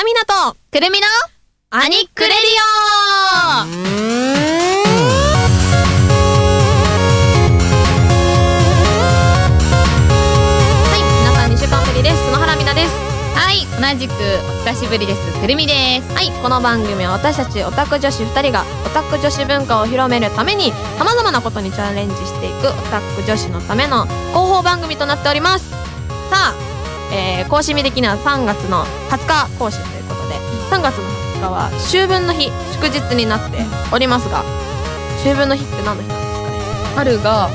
と、くるみの、アニックレディオはい、皆さん2週間ぶりです。野原美奈です。はい、同じくお久しぶりです。くるみです。はい、この番組は私たちオタク女子2人がオタク女子文化を広めるために様々なことにチャレンジしていくオタク女子のための広報番組となっておりますさあ、えー、更新日的には3月の20日更新ということで3月の20日は秋分の日祝日になっておりますが秋分の日って何の日なんですかね春が、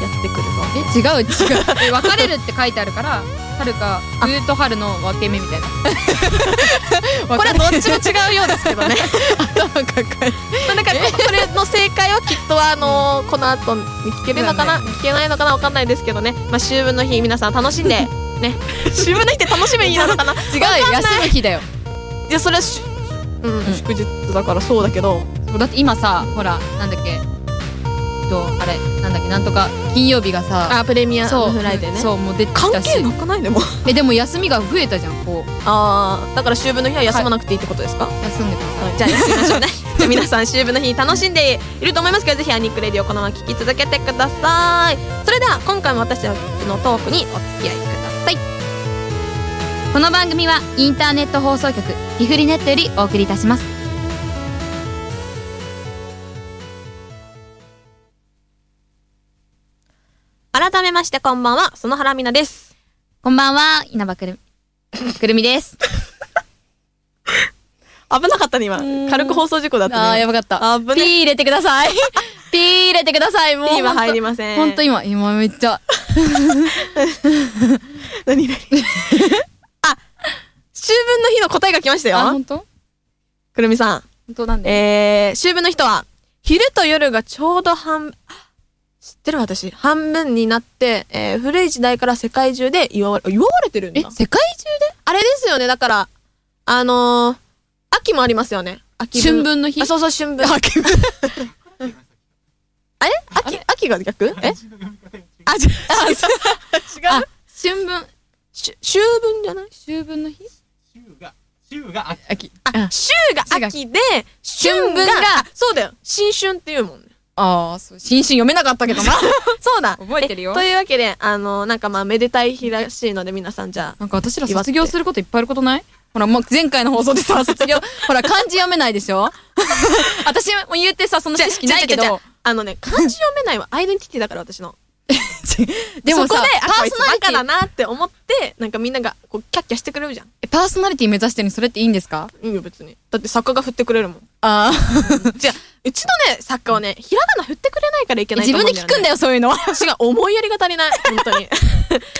やってくるぞえ、違う違う。え別れるって書いてあるから、春か、冬と春の分け目みたい な。これどっちもう。違うようですけどね頭抱えまあなんかこれの正解をきっとはあのーこの後に聞けるのかな、聞けないのかなわかんないですけどね、まあ、秋分の日皆さん楽 しんでね秋分の日って楽しむ日なのかな違うよ、休む日だよ。いやそれはし、うんうん祝日だからそうだけどだって今さ、ほら、なんだっけ、どうあれ、なんだっけ、なんとか、金曜日がさ、プレミそう、フライデーねそう、もう出てき関たし。係なくないでもえ、でも休みが増えたじゃん、こう。ああだから秋分の日は休まなくていいってことですか、休んでください。じゃあ休みましょうね じゃあ皆さん秋分の日楽しんでいると思いますけどぜひアニックレディオこのまま聞き続けてくださいそれでは今回も私たちのトークにお付き合いくださいこの番組はインターネット放送局ひふりネットよりお送りいたします改めましてこんばんは園原美奈ですこんばんは稲葉くるみくるみです危なかったね今ん軽く放送事故だったねあーやばかったあぶピーね入れてくださいピー入れてくださいもう今入りませんほんと今今めっちゃ何何 あ秋分の日の答えが来ましたあよ本当くるみさん本当なんでえー、秋分の日とは昼と夜がちょうど半あ知ってる私半分になって、えー古い時代から世界中で祝われ言われてるんだえ世界中あれですよねだからあのー秋もありますよね秋で春分の日あそうそう春分秋 分あれ秋秋が逆えあじゃあ違うあ春分し秋分じゃない秋分の日週が週が秋秋ああ、秋が秋で、春分が春分が、あそうだよ。新春って言うもんね。あーそう新春読めなかったけど なそうだ。覚えてるよというわけで、あの、なんかまあ、めでたい日らしいので、皆さんじゃあ。なんか私ら卒業することいっぱいあることないほら、もう前回の放送でさ、 卒業、ほら、漢字読めないでしょ 私も言ってさ、その知識ないけ違う違う違う違どう、あのね、漢字読めないはアイデンティティだから、私の。でもそこさで、、パあ、こーいつソナバリテカだィ、なって思って、なんかみんなが、こう、キャッキャしてくれるじゃん。えパーソナリティ目指してるのにそれっていいんですかいいよ、別に。だって作家が振ってくれるもん。あ じゃあ、うちのね、作家はね、ひらがな振ってくれないからいけあ、ない自と思分うでだよ聞ねくんだよ、 そういうのは。違う、思いやりが足りない。本当 に。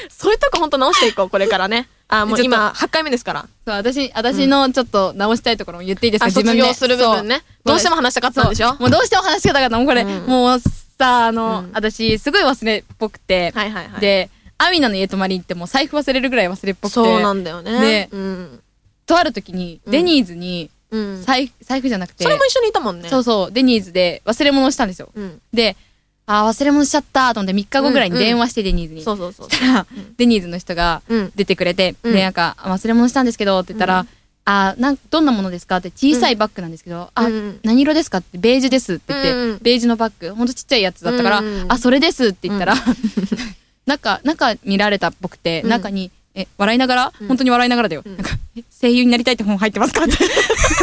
そういうとこ本当直していこう、これからね。あ、もう今、8回目ですから。そう、私、私のちょっと直したいところも言っていいですかあ、自分卒で業する部分ね。そうどうしても話したかっそうたんでしょもうどうしても話し方がもうこれ、うんもうさ、あの、うん私、すごい忘れっぽくて、はいはいはい。、で、アミナの家泊まり行ってもう財布忘れるぐらい忘れっぽくて、そうなんだよね。ねうん。とある時に、うんデニーズに、うん。財布財布じゃなくてそれも一緒にいたもんね。そうそうデニーズで忘れ物をしたんですようん。であー忘れ物しちゃったと思って3日後ぐらいに電話してデニーズに、そうそうそうそ。したら、デニーズの人がうん。出てくれて、うんでなんかあ忘れ物したんですけどって言ったら、うあーなんどんなものですかって小さいバッグなんですけど、あうん何色ですかってベージュですって言って、うんうんベージュのバッグほんとちっちゃいやつだったから、うんうんあそれですって言った ら、中中見られたっぽくて、うん中にえ笑いながら、うん本当に笑いながらだよ、うんなんかえ声優になりたいって本入ってますかって だか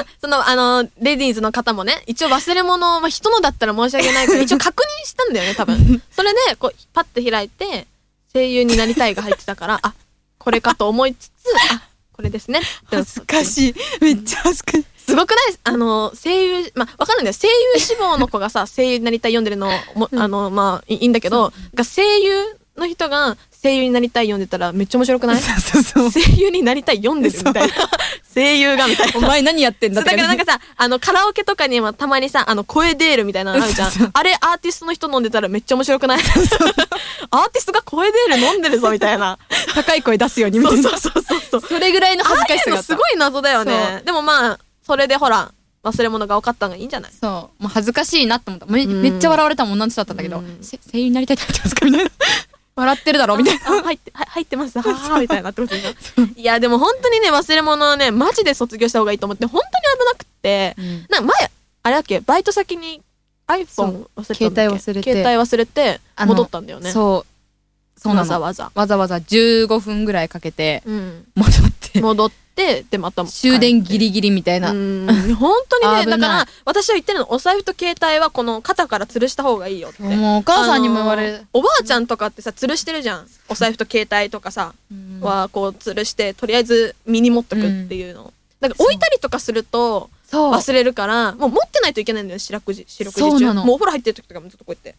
ら、その、あの、レディーズの方もね、一応忘れ物、まあ、人のだったら申し訳 ないけど、一応確認したんだよね、多分。それで、こう、パッて開いて、声優になりたいが入ってたから、あ、これかと思いつつ、あ、これですね。恥ずかしいめっちゃ恥ずかしいすごくないですあの、声優、まあ、わかんないんだよ。声優志望の子がさ、 声優になりたい読んでるのも、あの、まあ、いいいんだけど、が声優の人が声優になりたい読んでたらめっちゃ面白くないそうそうそ う声優になりたい読んでるみたいな。声優がみたいな。お前何やってんだだってからなんかさ、あの、カラオケとかにもたまにさ、あの、声デールみたいなのあるじゃんそうそう。あれアーティストの人飲んでたらめっちゃ面白くないアーティストが声デール飲んでるぞみたい な。高い声出すようにみそたういそなうそうそうそう。それぐらいの恥ずああかいしうさがあのったすごい謎だよね。でもまあ、それでほら、忘れ物が多かったのがいいんじゃないそうもう恥ずかしいなって思っためうんめっちゃ笑われたもん女の人だったんだけどうんせ声優になりたいって言ってますかみたいな 笑ってるだろみたいな。あ入って、はい入ってます。ははみたいになってますね。 いや、でも本当にね、忘れ物はね、マジで卒業した方がいいと思って、本当に危なくって、なんか前、あれだっけ、バイト先に iPhone 忘れたんだっけ携帯忘れて携帯忘れて、あの戻ったんだよね。そう。そうなわざの。わざ。わざわざ15分ぐらいかけてうん。戻って、戻って、で、また 終電ギリリギリみたいな。うん本当に 危ねないだから私は言ってるのお財布と携帯はこの肩から吊るした方がいいよってもうお母さんにも言われるあの。おばあちゃんとかってさ吊るしてるじゃんお財布と携帯とかさ、うんはこう吊るしてとりあえず身に持っとくっていうの、なんか置いたりとかするとそう。忘れるからもう持ってないといけないんだよ四六時四六時中そうなのもうお風呂入ってる時とかもずっとこうやって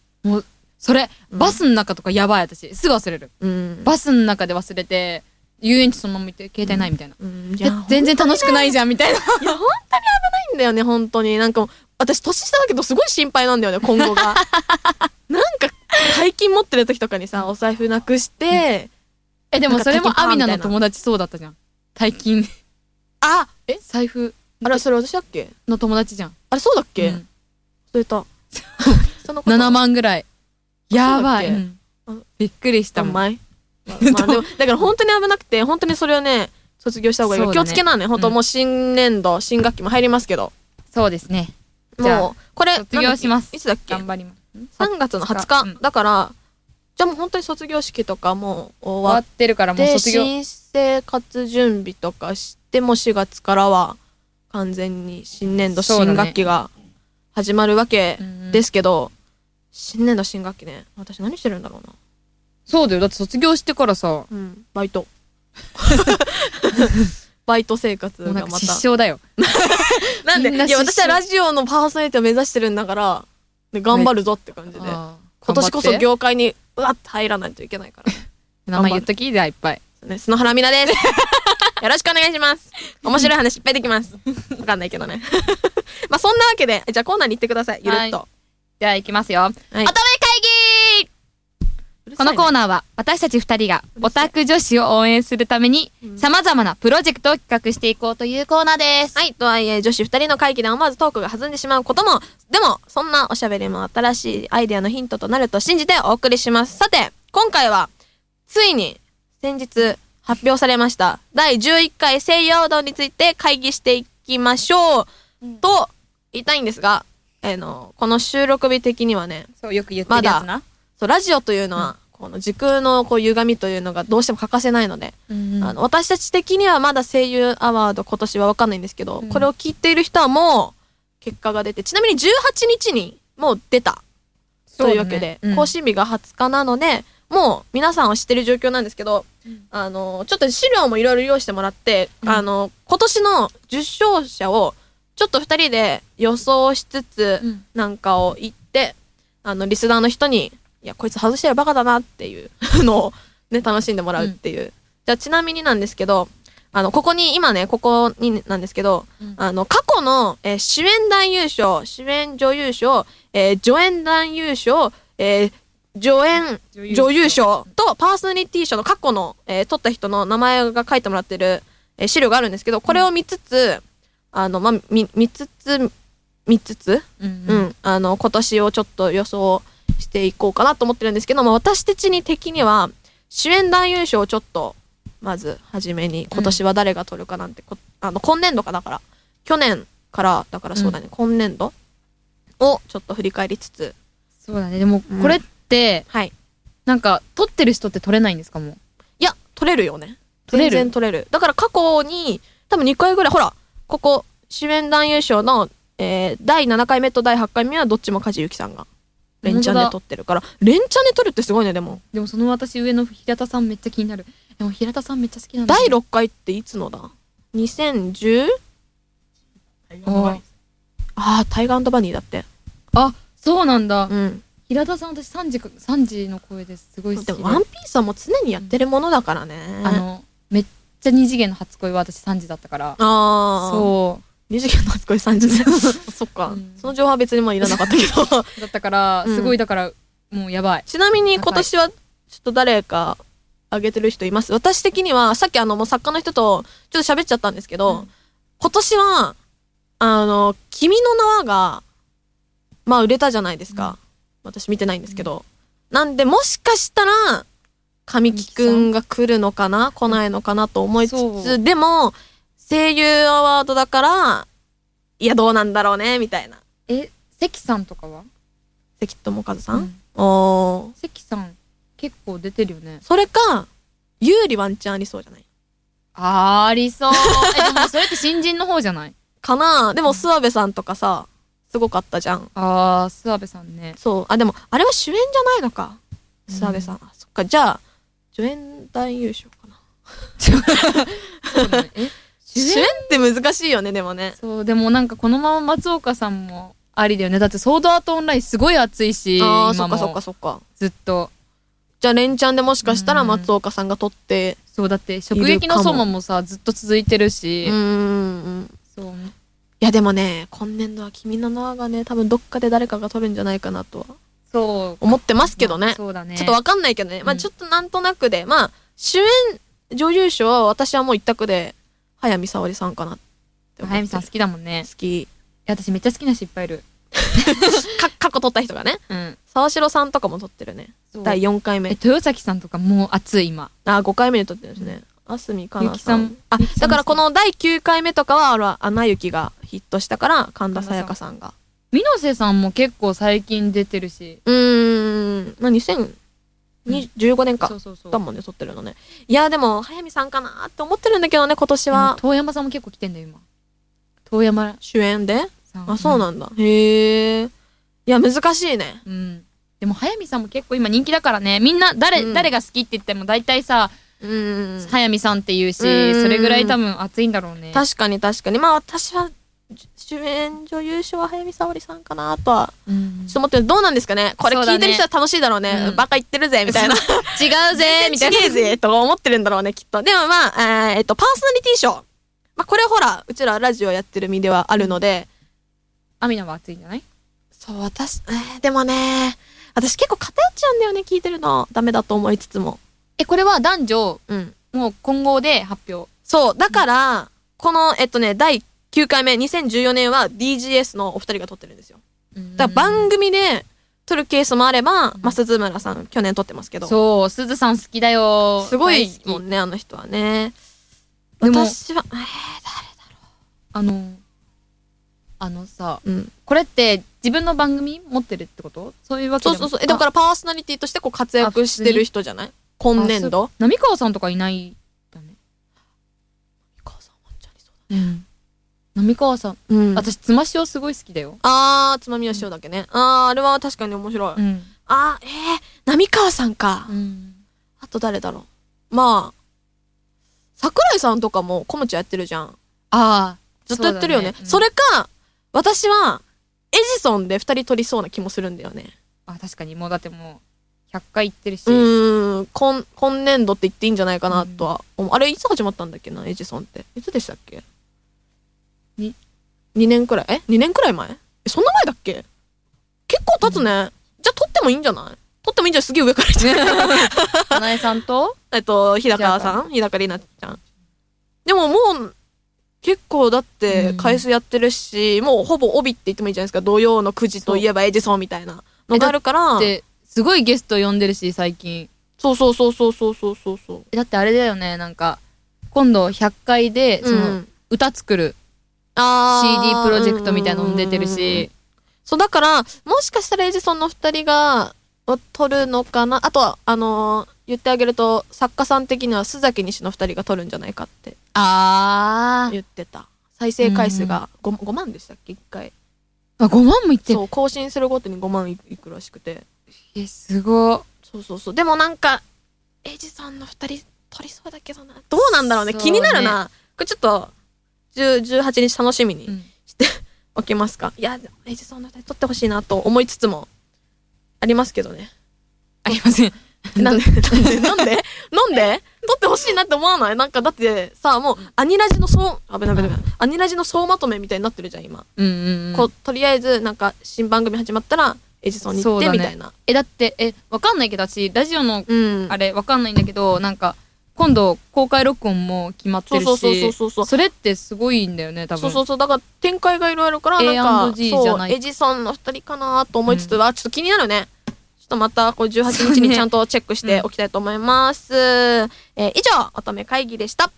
それ、うんバスの中とかやばい私。すぐ忘れる。うんバスの中で忘れて、遊園地そのまま行って、携帯ないみたいな。うんいえやほん全然楽しくないじゃんみたいな。いや本当に危ないんだよね本当になんかもう私年下だけどすごい心配なんだよね今後 がなんか大金持ってる時とかにさお財布なくして、 え、でもそれもアミナの友達そうだったじゃん。大金。あえ財布あれそれ私だっけの友達じゃん。あれそうだっけ、うん忘れ たその7万ぐらい。やばい。そうだうんびっくりした3もん。枚、まあ、でもだから本当に危なくて本当にそれをね卒業した方がいい、そう気だをねつけなね本当、うんもう新年度新学期も入りますけどそうですね。じゃあもうこれ卒業しまなんだすっけいつだっ頑張ります。け3月の20 20日、うんだからじゃあもう本当に卒業式とかもう終終わわっってるからもうで卒業。新生活準備とかしても4月からは完全に新年度そうだね新学期が始まるわけうんですけど、新年度新学期ね私何してるんだろうな、そうだよ。だって卒業してからさ、もうん、バイト バイト生活がうなまんかた失笑だよ。なんでみんいなや失私は笑ラジオのパーソナリティを目指してるんだから、ね、頑張るぞって感じで今あー年こそ頑張って業界にうわって入らないといけないから名前言っときじゃあいっぱい。ね、篠原みな です。よろしくお願いします。面白い話いっぱいでき ます。わかんないけどね。 まあそんなわけで、じゃあコーナーに行ってください。ゆるっと。じゃあ行きますよ。乙はい女会議このコーナーは私たち二人がオタク女子を応援するためにうん様々なプロジェクトを企画していこうというコーナーです。はい。とはいえ、女子二人の会議で思わずトークが弾んでしまうことも、でも、そんなおしゃべりも新しいアイデアのヒントとなると信じてお送りします。さて、今回は、ついに、先日、発表されました、第11回西洋道について会議していきましょう、と、言いたいんですが、あの、この収録日的にはね、そう、よく言ってるやつな。そうラジオというのは、この時空のこう歪みというのがどうしても欠かせないので、あの私たち的にはまだ声優アワード今年は分かんないんですけど、うんこれを聞いている人はもう結果が出てちなみに18日にもう出たというわけで、更新日が20日なのでもう皆さんは知ってる状況なんですけど、うんあのちょっと資料もいろいろ用意してもらって、うんあの今年の受賞者をちょっと2人で予想しつつ、なんかを言って、あの、リスナーの人に、いや、こいつ外してるバカだなっていう のをね、楽しんでもらうっていう。じゃあ、ちなみになんですけど、あの、ここに、今ね、ここになんですけど、うんあの、過去の、えー主演男優賞、主演女優賞、えー助演男優賞、えー助演女優賞とパーソナリティ賞の過去の、えー取った人の名前が書いてもらってる、えー資料があるんですけど、これを見つつ、あの、まあ、み見つつ、見つつうんうん、あの今年をちょっと予想していこうかなと思ってるんですけど、まあ、私たちに的には主演男優賞をちょっとまず初めに今年は誰が取るかなんてこ、あの今年度かだから去年からだからそうだね、今年度をちょっと振り返りつつそうだね。でもうん、これって、はいなんか、撮ってる人って撮れないんですかもう。いや取れるよね取れる全然取れるだから過去に多分2回ぐらいほらここ主演男優賞の、えー第7回目と第8回目はどっちも梶裕貴さんが連チャンで本当だ取ってるから連チャンで取るってすごいねでも。でもその私上の平田さんめっちゃ気になる。でも平田さんめっちゃ好きなんだ。第6回っていつのだ ?2010? ああ、タイガーバニーだって。そうなんだう。ん。平田さん私3時か、3時の声ですごい好きでで。も、ワンピースはもう常にやってるものだからね。あの、めっちゃ二次元の初恋は私3時だったから。あー。そ二次元の初恋3時 そっか、うんその情報は別にもういらなかったけど。う。だったから、うんすごいだから、もうやばい。ちなみに今年は、ちょっと誰か、あげてる人います。私的には、さっきあの、もう作家の人と、ちょっと喋っちゃったんですけど、うん今年は、あの、君の名はが、まあ売れたじゃないですか。私見てないんですけど。なんで、もしかしたら、神木くんが来るのかな来ないのかなと思いつそつ、でも、声優アワードだから、いや、どうなんだろうね、みたいな。え、関さんとかは関智和さ、うんんおー関さん、結構出てるよね。それか、有利ワンチャンありそうじゃないあー、ありそう。え、でもそれって新人の方じゃないかなでも、諏訪部さんとかさ、すごかったじゃん。あー、諏訪部さん ね。そう。あ、でも、あれは主演じゃないのか。うん諏訪部さん。あそっか、じゃあ、助演男優賞かな。そうだね。え、主主演演って難しいよね、でもね。そう、でもなんかこのまま松岡さんもありだよね。だってソードアートオンラインすごい熱いし、ああ、そ今っかもそっかそっか。ずっと。じゃあ、連チャンでもしかしたらうん松岡さんが撮って、そう、だって、食撃のいるか相も馬もさ、ずっと続いてるうし、ーん。そいう。や、でもね、今年度は君の名はがね、多分どっかで誰かが撮るんじゃないかなとはそう。思ってますけどね。そうだね。ちょっとわかんないけどね。まあうんちょっとなんとなくで、まあ主演女優賞は私はもう一択で、早見沙織さんかなって思って早見さん好きだもんね。好き。いや私めっちゃ好きな人いっぱいいる。か、過去撮った人がね。うん。沢城さんとかも撮ってるね。第え、 4回目。豊崎さんとかもう熱い今。あ、5回目で撮ってるんですね。あすみかなさゆきん。あゆき、さだんからこの第9回目とかは、あら、アナ雪がヒットしたから、神田沙也加さんが。水瀬さんも結構最近出てるし。うーん、まあ、2015年かそ。うそうそう。だもんね、撮ってるのね。いや、でも、早見さんかなって思ってるんだけどね、今年今は。遠山さんも結構来てんだよ今。遠山主演でさん。あ、そうなんだ。へえ。いや、難しいね。うん。でも早見さんも結構今人気だからね。みんな誰、うん誰が好きって言っても大体さ、うん。早見さんって言うし、うんそれぐらい多分熱いんだろうね。確かに確かに。まあ、私は、じ主演女優賞は早見沙織さんかなとは、うんちょっと思ってるどうなんですかねこれそう聞だねいてる人は楽しいだろうね。うんバカ言ってるぜ、みたいな。違うぜ、みたい な。ちげえ ぜ、とか思ってるんだろうね、きっと。でもまあ、えーえっと、パーソナリティ賞。まあ、これほら、うちらラジオやってる身ではあるので、アミナは熱いんじゃないそう、私、えーでもね、私結構偏っちゃうんだよね、聞いてるの。ダメだと思いつつも。え、これは男女、うん。もう混合で発表。そう、だから、この、えっとね、第9回目、2014年は DGS のお二人が撮ってるんですよ。だから番組で撮るケースもあれば、んまあ、鈴村さん、去年撮ってますけど、そう、すずさん好きだよ。すごい大好もきんね、あの人はね。でも私は、えー、あの、あのさ、誰うん。これって自分の番組持ってるってことそういうわけそでうも、そうそう。え、だかららパーソナリティとしてこう活あ躍普通にしてる人じゃない今年度。浪川さんとかいないんだね。母さんワンチャンありそううん。浪川さん、だね。うん。私、つましおすごい好きだよ。あー、つまみは塩だけね。あー、あれは確かに面白い。ん。あー、えー、浪川さんか。うん。あと誰だろう。まあ、桜井さんとかもコムチやってるじゃん。ああ。ずっとやってるよね。そそれ、れか、私は、エジソンで二人取りそうな気もするんだよね。あ、確かに、もうだってもう、100回行ってるし。うーん、今、今年度って言っていいんじゃないかなとは思う。あれ、いつ始まったんだっけな、エジソンって。いつでしたっけに ?2 年くらいえ ?2 年くらい前え、そんな前だっけ結構経つね。じゃあ、撮ってもいいんじゃない撮ってもいいんじゃないすげえ上から言ってる かなえさんと、えっと、日高さん日高里奈ちゃん。でももう、結構だってうん回数やってるし、もうほぼ帯って言ってもいいじゃないですか。土曜の9時といえばエジソンみたいなのがあるからっ。て、すごいゲスト呼んでるし、最近。そうそうそうそうそうそうそうそう。だってあれだよね、なんか、今度100回で、その、うん歌作る CD あープロジェクトみたいなのも出てる。うんうんうんうんし、そう、だから、もしかしたらエジソンの二人が、を撮るのかなあとは、あのー言ってあげると、作家さん的には須崎西の二人が撮るんじゃないかってあー言ってた。再生回数が 5, 5万でしたっけ一回。あ、5万もいってるそう、更新するごとに5万いいくらしくて。え、すごそうそうそう。でもなんか、エイジさんの二人撮りそうだけどな。どうなんだろうね。そうね気になるな。これちょっと、10 18日楽しみに。い。うん置けますかいやエイジソンの歌取ってほしいなと思いつつもありますけどねありません。 なんでなんで なんでなんで撮ってほしいなって思わないなんかだってさもうアニラジの総あ危ない危ない危ないアニラジの総まとめみたいになってるじゃん今、うんうんうん。こうとりあえずなんか新番組始まったらエイジソンに行ってそうだみねたいなえ、だって、え、わかんないけど、私、ラジオの、うんあれ、わかんないんだけど、なんか、今度、公開録音も決まってそうるし、そうそうそうそうそうそれってすごいんだよね、多分。そうそうそうだから展開がいろいろあるからなんか A&G じゃないそうエジソンの二人かなと思いつつは、ちょっと気になるねちっとまたこう18日にちゃんとチェックしておきたいと思います。えー以上、乙女会議でした。